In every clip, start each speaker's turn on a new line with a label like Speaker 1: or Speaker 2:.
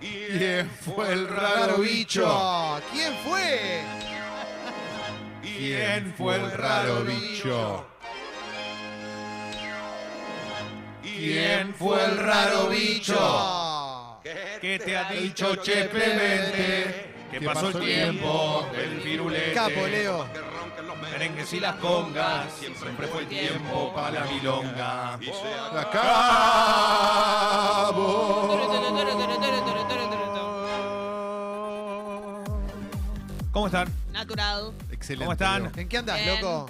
Speaker 1: ¿Quién fue el raro bicho?
Speaker 2: Oh, ¿Quién fue?
Speaker 1: ¿Quién fue el raro bicho? ¿Quién fue el raro bicho?
Speaker 2: Oh,
Speaker 1: ¿Qué te ha dicho Che Clemente? Que pasó el tiempo del virulete.
Speaker 2: Capo, Leo.
Speaker 1: Merengues y las congas, siempre fue el tiempo para la milonga. La
Speaker 3: ¿Cómo están?
Speaker 4: Natural.
Speaker 1: Excelente.
Speaker 3: ¿Cómo están?
Speaker 2: ¿En qué andas,
Speaker 4: Bien.
Speaker 2: loco?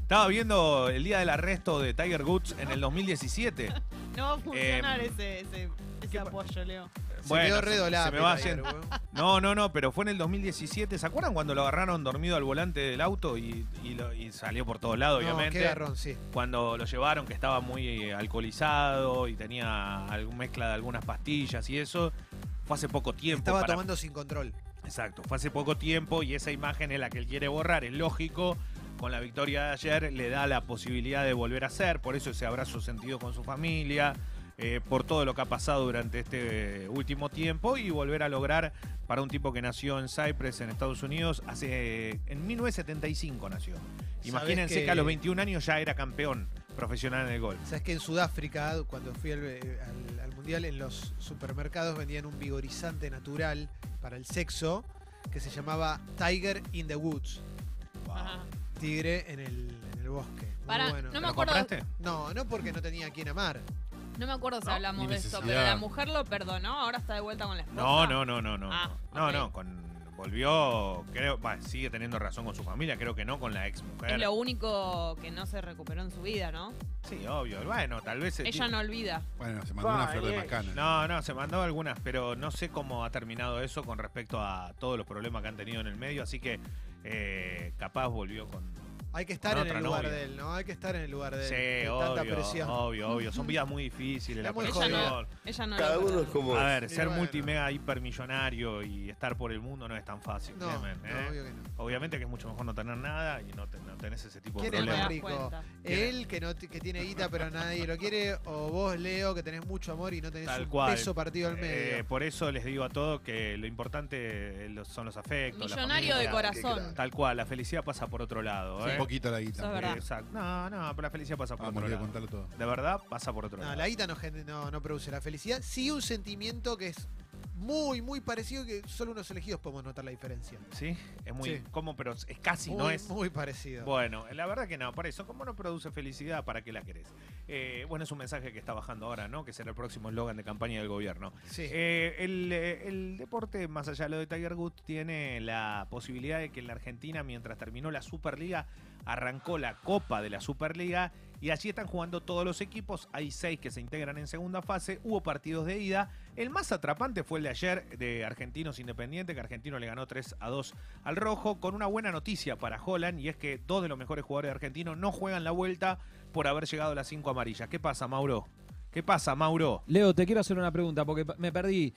Speaker 3: Estaba viendo el día del arresto de Tiger Woods en el 2017.
Speaker 4: No va a
Speaker 3: Eh,
Speaker 4: funcionar ese, ese, ese apoyo, Leo.
Speaker 2: Se
Speaker 3: Bueno,
Speaker 2: quedó
Speaker 3: se-
Speaker 2: re dolado,
Speaker 3: se me va
Speaker 2: Peter,
Speaker 3: yendo.
Speaker 2: weón.
Speaker 3: No, no, no, pero fue en el 2017. ¿Se acuerdan cuando lo agarraron dormido al volante del auto y, y lo- y salió por todos lados,
Speaker 2: No,
Speaker 3: obviamente?
Speaker 2: qué garrón, sí.
Speaker 3: cuando lo llevaron que estaba muy eh, alcoholizado y tenía algún mezcla de algunas pastillas y eso. Fue hace poco tiempo.
Speaker 2: Estaba
Speaker 3: para-
Speaker 2: tomando sin control.
Speaker 3: Exacto, fue hace poco tiempo y esa imagen es la que él quiere borrar, es lógico. Con la victoria de ayer le da la posibilidad de volver a ser, por eso ese abrazo sentido con su familia, eh, por todo lo que ha pasado durante este eh, último tiempo y volver a lograr para un tipo que nació en Cypress, en Estados Unidos, hace eh, en 1975 nació. Imagínense que...
Speaker 2: que-
Speaker 3: a los 21 años ya era campeón profesional en el golf.
Speaker 2: Sabes que en Sudáfrica, cuando fui al, eh, al- al mundial, en los supermercados vendían un vigorizante natural para el sexo que se llamaba Tiger in the Woods.
Speaker 3: Ah.
Speaker 4: Ajá.
Speaker 2: Tigre en el, en el bosque. Muy
Speaker 4: Pará,
Speaker 2: bueno.
Speaker 4: no
Speaker 3: ¿Te
Speaker 4: me
Speaker 3: lo
Speaker 4: acuerdo.
Speaker 3: compraste?
Speaker 2: No, no porque no tenía a quien amar.
Speaker 4: No me acuerdo si
Speaker 3: No,
Speaker 4: hablamos
Speaker 1: ni
Speaker 4: de esto,
Speaker 1: necesidad.
Speaker 4: pero la mujer lo perdonó, ahora está de vuelta con la esposa.
Speaker 3: No, no, no, no, no.
Speaker 4: Ah,
Speaker 3: no,
Speaker 4: ok.
Speaker 3: no, con volvió, creo, va, sigue teniendo razón con su familia, creo que no con la ex mujer.
Speaker 4: Es lo único que no se recuperó en su vida, ¿no?
Speaker 3: Sí, obvio. Bueno, tal vez el
Speaker 4: Ella
Speaker 3: tipo-
Speaker 4: no olvida.
Speaker 1: Bueno, se mandó una flor de macana.
Speaker 3: no, no, se mandó algunas, pero no sé cómo ha terminado eso con respecto a todos los problemas que han tenido en el medio, así que eh, capaz volvió con
Speaker 2: Hay que estar
Speaker 3: Con
Speaker 2: en el
Speaker 3: otra
Speaker 2: lugar
Speaker 3: novia.
Speaker 2: de él, ¿no? Hay que estar en el lugar de él.
Speaker 3: Sí,
Speaker 2: de tanta
Speaker 3: obvio,
Speaker 2: presión.
Speaker 3: obvio, obvio. Son vidas muy difíciles,
Speaker 2: Es
Speaker 3: la
Speaker 2: muy
Speaker 4: Ella
Speaker 3: presión.
Speaker 4: no, ella no
Speaker 5: Cada
Speaker 4: lo
Speaker 5: uno es
Speaker 4: perdonó.
Speaker 5: como
Speaker 3: A
Speaker 5: es.
Speaker 3: ver,
Speaker 2: Sí,
Speaker 3: ser
Speaker 2: bueno.
Speaker 3: multimega hipermillonario y estar por el mundo no es tan fácil,
Speaker 2: No,
Speaker 3: Clemen, ¿eh?
Speaker 2: no, obvio que no.
Speaker 3: Obviamente que es mucho mejor no tener nada y no, te- no tenés ese tipo de
Speaker 2: ¿Quién es
Speaker 4: Te
Speaker 2: más
Speaker 4: das
Speaker 3: problemas.
Speaker 2: rico?
Speaker 4: cuenta.
Speaker 2: ¿Él que, no, t- que tiene guita pero nadie lo quiere? ¿O vos, Leo, que tenés mucho amor y no tenés
Speaker 3: Tal
Speaker 2: un
Speaker 3: cual.
Speaker 2: peso partido al medio?
Speaker 3: Eh, por eso les digo a todos que lo importante eh, los- son los afectos. la
Speaker 4: Millonario de
Speaker 3: familia.
Speaker 4: corazón.
Speaker 3: Tal cual, la felicidad pasa por otro lado.
Speaker 1: Un
Speaker 3: ¿eh?
Speaker 1: poquito la
Speaker 4: Eso es
Speaker 1: guita.
Speaker 4: verdad.
Speaker 3: Eh, exacto. No, no, pero la felicidad pasa por
Speaker 1: Vamos,
Speaker 3: otro
Speaker 1: voy a
Speaker 3: lado.
Speaker 1: contarlo todo.
Speaker 3: De verdad, pasa por otro
Speaker 2: No,
Speaker 3: lado.
Speaker 2: la guita no, gen- no, no produce la felicidad. Sí un sentimiento que es muy, muy parecido que solo unos elegidos podemos notar la diferencia.
Speaker 3: Sí, es muy
Speaker 2: Sí.
Speaker 3: incómodo, pero es casi,
Speaker 2: muy,
Speaker 3: no es.
Speaker 2: muy parecido.
Speaker 3: Bueno, la verdad que no, por eso, como no produce felicidad, ¿para qué la querés? Eh, bueno, es un mensaje que está bajando ahora, ¿no? Que será el próximo eslogan de campaña del gobierno.
Speaker 2: Sí.
Speaker 3: Eh, el, eh, el deporte, más allá de lo de Tiger Woods, tiene la posibilidad de que en la Argentina, mientras terminó la Superliga, arrancó la Copa de la Superliga y allí están jugando todos los equipos. Hay seis que se integran en segunda fase. Hubo partidos de ida. El más atrapante fue el de ayer de Argentinos Independiente, que Argentino le ganó 3 a 2 al Rojo, con una buena noticia para Holland y es que dos de los mejores jugadores argentinos no juegan la vuelta por haber llegado a las 5 amarillas. ¿Qué pasa, Mauro? ¿Qué pasa, Mauro?
Speaker 6: Leo, te quiero hacer una pregunta porque me perdí.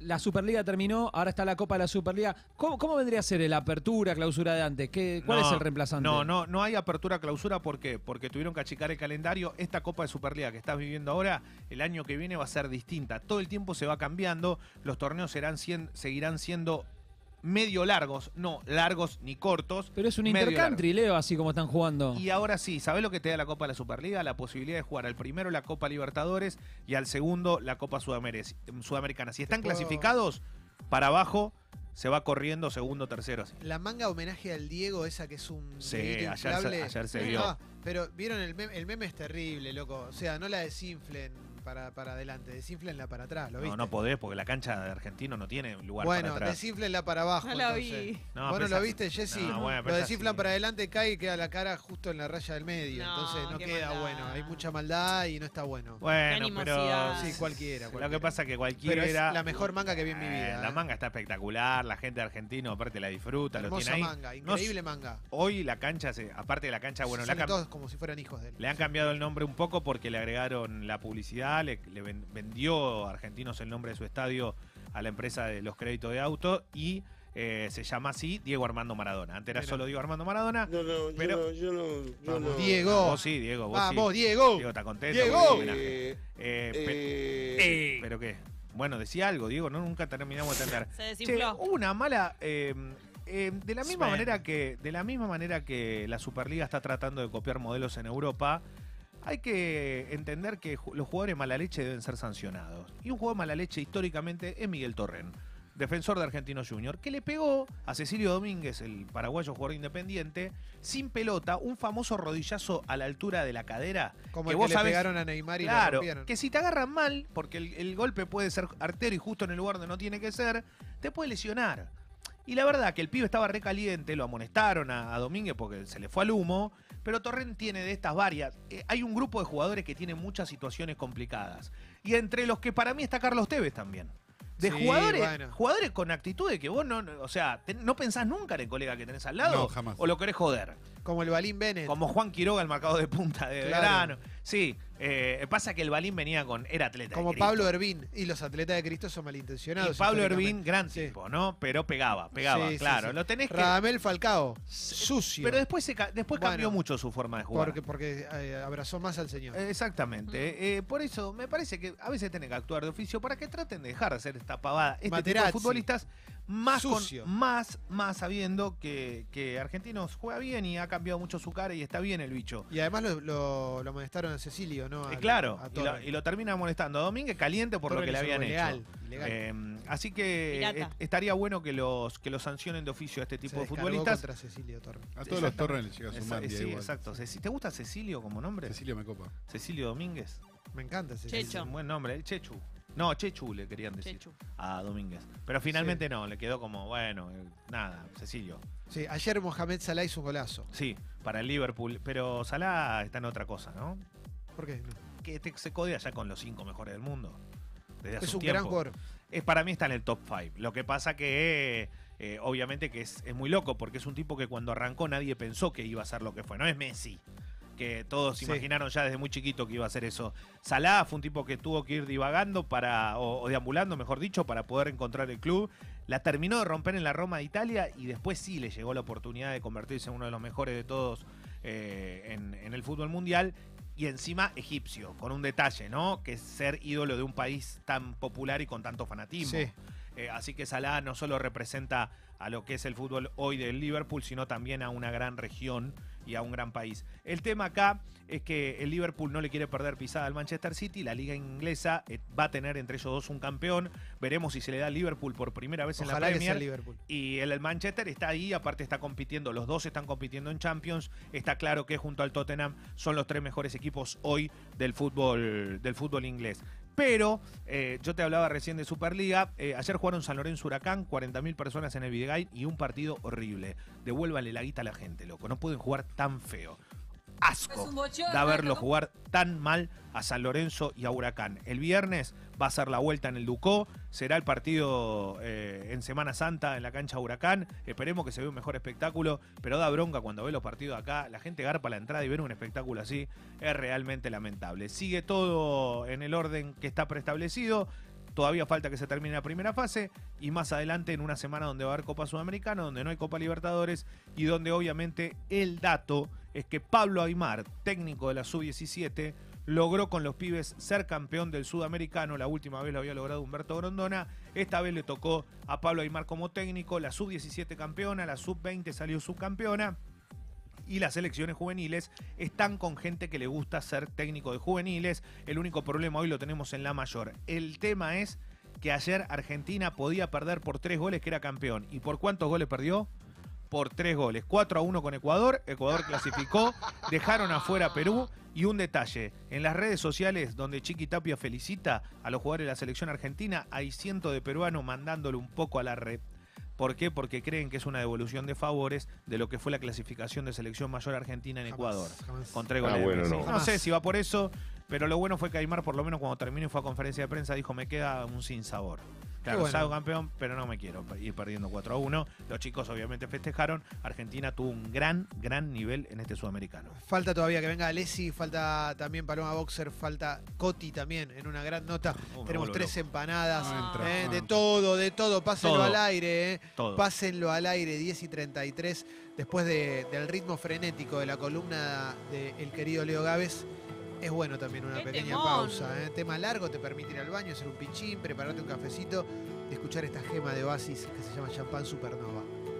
Speaker 6: La Superliga terminó, ahora está la Copa de la Superliga. ¿Cómo, cómo vendría a ser el apertura, clausura de antes? ¿Qué, ¿Cuál
Speaker 3: No,
Speaker 6: es el reemplazante?
Speaker 3: No, no, no hay apertura clausura, ¿por qué? Porque tuvieron que achicar el calendario. Esta Copa de Superliga que estás viviendo ahora, el año que viene va a ser distinta. Todo el tiempo se va cambiando, los torneos serán cien- seguirán siendo medio largos, no largos ni cortos.
Speaker 6: Pero es un
Speaker 3: medio
Speaker 6: intercountry, Leo, así como están jugando.
Speaker 3: largos. Y ahora sí, ¿sabés lo que te da la Copa de la Superliga? La posibilidad de jugar al primero la Copa Libertadores y al segundo la Copa Sudamere- Sudamericana. Si están
Speaker 2: puedo-
Speaker 3: clasificados, para abajo se va corriendo segundo, tercero, así.
Speaker 2: La manga homenaje al Diego, esa que es un
Speaker 3: Sí,
Speaker 2: delirio
Speaker 3: ayer se-
Speaker 2: inflable.
Speaker 3: ayer se vio.
Speaker 2: Ah, pero vieron el meme, el meme es terrible, loco. O sea, no la desinflen para, para adelante, desinflenla para atrás, ¿lo
Speaker 3: No,
Speaker 2: viste?
Speaker 3: no podés, porque la cancha de argentino no tiene lugar
Speaker 2: bueno,
Speaker 3: para atrás.
Speaker 2: desinflenla para abajo.
Speaker 4: No la
Speaker 2: entonces.
Speaker 4: vi.
Speaker 3: No,
Speaker 2: Vos
Speaker 3: pero
Speaker 2: no lo
Speaker 3: es así.
Speaker 2: viste, Jesse.
Speaker 3: No, bueno,
Speaker 2: lo
Speaker 3: pero es
Speaker 2: desinflan
Speaker 3: así.
Speaker 2: para adelante, cae y queda la cara justo en la raya del medio.
Speaker 4: No,
Speaker 2: Entonces no
Speaker 4: qué
Speaker 2: queda
Speaker 4: maldad.
Speaker 2: bueno. Hay mucha maldad y no está bueno.
Speaker 3: Bueno,
Speaker 4: Qué
Speaker 3: pero
Speaker 4: animosidad.
Speaker 2: sí, cualquiera.
Speaker 3: lo que
Speaker 2: cualquiera.
Speaker 3: pasa es que
Speaker 2: Pero
Speaker 3: cualquiera...
Speaker 2: es la mejor manga que vi en mi
Speaker 3: Eh,
Speaker 2: vida.
Speaker 3: la
Speaker 2: ¿eh?
Speaker 3: manga está espectacular, la gente de argentino aparte la disfruta, lo
Speaker 2: Hermosa
Speaker 3: tiene ahí.
Speaker 2: manga,
Speaker 3: No
Speaker 2: increíble manga.
Speaker 3: s- hoy la cancha, se- aparte de la cancha, bueno, la
Speaker 2: Salen
Speaker 3: cam-
Speaker 2: todos como si fueran hijos de él.
Speaker 3: Le han cambiado el nombre un poco porque le agregaron la publicidad, le, le ven- vendió a Argentinos el nombre de su estadio a la empresa de los créditos de auto y eh, se llama así Diego Armando Maradona. Antes era
Speaker 2: Mira.
Speaker 3: solo Diego Armando Maradona.
Speaker 5: No, no, yo
Speaker 3: Pero-
Speaker 5: no, yo no, yo
Speaker 2: Vamos,
Speaker 5: no. Eh,
Speaker 2: Diego.
Speaker 3: Vos sí, Diego, vos sí.
Speaker 2: Vamos, Diego. Eh,
Speaker 3: Diego está contento.
Speaker 2: Diego.
Speaker 3: por el homenaje.
Speaker 5: Eh,
Speaker 3: Eh, pe-
Speaker 5: eh,
Speaker 3: ¿Pero qué? Bueno, decía algo, Diego, no nunca terminamos de entender.
Speaker 4: Se
Speaker 3: Che,
Speaker 4: desinfló.
Speaker 5: oh,
Speaker 3: hubo una mala. eh, eh, de la misma
Speaker 4: Sven.
Speaker 3: manera que. De la misma manera que la Superliga está tratando de copiar modelos en Europa. Hay que entender que ju- los jugadores mala leche deben ser sancionados. Y un jugador mala leche históricamente es Miguel Torren, defensor de Argentino Junior, que le pegó a Cecilio Domínguez, el paraguayo jugador independiente, sin pelota, un famoso rodillazo a la altura de la cadera.
Speaker 2: Como
Speaker 3: que
Speaker 2: el
Speaker 3: vos
Speaker 2: que le
Speaker 3: sabés-
Speaker 2: pegaron a Neymar y lo
Speaker 3: Claro,
Speaker 2: rompieron.
Speaker 3: que si te agarran mal, porque el, el golpe puede ser artero y justo en el lugar donde no tiene que ser, te puede lesionar. Y la verdad que el pibe estaba recaliente, lo amonestaron a, a Domínguez porque se le fue al humo, pero Torrent tiene de estas varias. Eh, hay un grupo de jugadores que tienen muchas situaciones complicadas. Y entre los que para mí está Carlos Tevez también. De
Speaker 2: Sí,
Speaker 3: jugadores,
Speaker 2: bueno.
Speaker 3: jugadores con actitudes que vos no, no- o sea, te- no pensás nunca en el colega que tenés al lado
Speaker 1: No, jamás.
Speaker 3: o lo querés joder.
Speaker 2: Como el Balín Bennett.
Speaker 3: Como Juan Quiroga, el marcado de punta de
Speaker 2: Claro.
Speaker 3: verano. Sí, eh, pasa que el balín venía con. Era atleta. de
Speaker 2: Como
Speaker 3: Cristo.
Speaker 2: Pablo Hervín. Y los atletas de Cristo son malintencionados.
Speaker 3: Y Pablo Hervín,
Speaker 2: históricamente.
Speaker 3: gran
Speaker 2: Sí.
Speaker 3: tipo, ¿no? Pero pegaba, pegaba,
Speaker 2: Sí, sí,
Speaker 3: claro.
Speaker 2: sí.
Speaker 3: Lo tenés que.
Speaker 2: Radamel Falcao. Sucio.
Speaker 3: Pero después, se, ca- después cambió
Speaker 2: Bueno,
Speaker 3: mucho su forma de jugar.
Speaker 2: porque porque eh, abrazó más al señor.
Speaker 3: Eh, Exactamente. Eh, por eso me parece que a veces tienen que actuar de oficio para que traten de dejar de hacer esta pavada. Este tipo de
Speaker 2: Materazzi.
Speaker 3: futbolistas más, con-
Speaker 2: Sucio.
Speaker 3: más, más sabiendo que, que Argentinos juega bien y ha cambiado mucho su cara y está bien el bicho.
Speaker 2: Y además lo, lo, lo amonestaron a Cecilio, ¿no?
Speaker 3: Eh,
Speaker 2: Al-
Speaker 3: claro,
Speaker 2: a
Speaker 3: y lo,
Speaker 2: Torres.
Speaker 3: y lo termina molestando a Domínguez caliente por lo
Speaker 2: Torres
Speaker 3: que le
Speaker 2: hizo
Speaker 3: habían
Speaker 2: algo
Speaker 3: hecho.
Speaker 2: ilegal, ilegal.
Speaker 3: Eh, así que
Speaker 4: Pirata.
Speaker 3: est- estaría bueno que los que los sancionen de oficio a este
Speaker 2: Se
Speaker 3: tipo de
Speaker 2: descargó
Speaker 3: futbolistas.
Speaker 2: contra Cecilio Torres.
Speaker 1: A todos los torres les llega a
Speaker 3: Exa-
Speaker 1: sumar
Speaker 3: sí,
Speaker 1: día igual.
Speaker 3: exacto. Ceci- ¿Te gusta Cecilio como nombre?
Speaker 1: Cecilio me copa.
Speaker 3: Cecilio Domínguez.
Speaker 2: Me encanta Cecilio.
Speaker 3: Es
Speaker 4: Checho.
Speaker 3: un buen nombre, el Chechu. No, Chechu le querían decir
Speaker 4: Chechu.
Speaker 3: a Domínguez. Pero finalmente no, le quedó como, bueno, eh, nada, Cecilio.
Speaker 2: Sí, ayer Mohamed Salah hizo un golazo.
Speaker 3: Sí, para el Liverpool. Pero Salah está en otra cosa, ¿no?
Speaker 2: ¿Por qué? No.
Speaker 3: Que te- se codea ya con los cinco mejores del mundo. Desde hace
Speaker 2: Es un
Speaker 3: tiempo.
Speaker 2: gran jugador.
Speaker 3: es eh, para mí está en el top 5. Lo que pasa que eh, obviamente que es, es muy loco porque es un tipo que cuando arrancó nadie pensó que iba a ser lo que fue. No es Messi, que todos
Speaker 2: Sí.
Speaker 3: imaginaron ya desde muy chiquito que iba a ser eso. Salah fue un tipo que tuvo que ir divagando para o, o deambulando, mejor dicho, para poder encontrar el club. La terminó de romper en la Roma de Italia y después sí le llegó la oportunidad de convertirse en uno de los mejores de todos eh, en, en el fútbol mundial. Y encima egipcio, con un detalle, ¿no? Que es ser ídolo de un país tan popular y con tanto fanatismo.
Speaker 2: Sí.
Speaker 3: Eh, así que Salah no solo representa a lo que es el fútbol hoy del Liverpool, sino también a una gran región y a un gran país. El tema acá es que el Liverpool no le quiere perder pisada al Manchester City, la liga inglesa eh, va a tener entre ellos dos un campeón, veremos si se le da al Liverpool por primera vez en la
Speaker 2: Ojalá que sea
Speaker 3: Premier.
Speaker 2: el Liverpool.
Speaker 3: Y el el Manchester está ahí, aparte está compitiendo, los dos están compitiendo en Champions, está claro que junto al Tottenham son los tres mejores equipos hoy del fútbol, del fútbol inglés. Pero eh, yo te hablaba recién de Superliga, eh, ayer jugaron San Lorenzo Huracán, 40.000 personas en el Videgain y un partido horrible. Devuélvanle la guita a la gente, loco, no pueden jugar tan feo. Asco de verlo jugar tan mal a San Lorenzo y a Huracán. El viernes va a ser la vuelta en el Ducó, será el partido eh, en Semana Santa en la cancha Huracán. Esperemos que se vea un mejor espectáculo, pero da bronca cuando ve los partidos acá. La gente garpa la entrada y ver un espectáculo así es realmente lamentable. Sigue todo en el orden que está preestablecido. Todavía falta que se termine la primera fase y más adelante en una semana donde va a haber Copa Sudamericana, donde no hay Copa Libertadores y donde obviamente el dato es que Pablo Aymar, técnico de la Sub-17, logró con los pibes ser campeón del sudamericano. La última vez lo había logrado Humberto Grondona. Esta vez le tocó a Pablo Aymar como técnico, la Sub-17 campeona, la Sub-20 salió subcampeona y las selecciones juveniles están con gente que le gusta ser técnico de juveniles. El único problema hoy lo tenemos en la mayor. El tema es que ayer Argentina podía perder por tres goles que era campeón. ¿Y por cuántos goles perdió? Por tres goles. 4 a 1 con Ecuador. Ecuador clasificó. Dejaron afuera a Perú. Y un detalle, en las redes sociales donde Chiqui Tapia felicita a los jugadores de la selección argentina, hay cientos de peruanos mandándole un poco a la red. ¿Por qué? Porque creen que es una devolución de favores de lo que fue la clasificación de selección mayor argentina en
Speaker 2: Jamás,
Speaker 3: Ecuador.
Speaker 2: jamás.
Speaker 3: Con tres goles.
Speaker 5: Ah,
Speaker 3: de
Speaker 5: bueno,
Speaker 3: Messi.
Speaker 5: no.
Speaker 3: no sé si va por eso, pero lo bueno fue que Aymar, por lo menos cuando terminó y fue a conferencia de prensa, dijo: Me queda un sinsabor. Claro,
Speaker 2: bueno.
Speaker 3: salgo campeón, pero no me quiero ir perdiendo 4 a 1. Los chicos obviamente festejaron. Argentina tuvo un gran, gran nivel en este sudamericano.
Speaker 2: Falta todavía que venga Alessi, falta también Paloma Boxer, falta Coti también en una gran nota.
Speaker 3: Oh, me
Speaker 2: Tenemos
Speaker 3: vuelvo
Speaker 2: tres
Speaker 3: loco.
Speaker 2: empanadas.
Speaker 1: No entra,
Speaker 2: eh,
Speaker 1: no
Speaker 2: de
Speaker 1: entra.
Speaker 2: todo, de todo, pásenlo
Speaker 3: Ah, Todo.
Speaker 2: al aire, eh.
Speaker 3: Todo.
Speaker 2: pásenlo al aire, 10 y 33, después de- del ritmo frenético de la columna del querido Leo Gávez, Es bueno también una
Speaker 4: ¡Qué
Speaker 2: pequeña
Speaker 4: temón!
Speaker 2: pausa. ¿eh? Tema largo te permite ir al baño, hacer un pichín, prepararte un cafecito, escuchar esta gema de oasis que se llama Champán Supernova.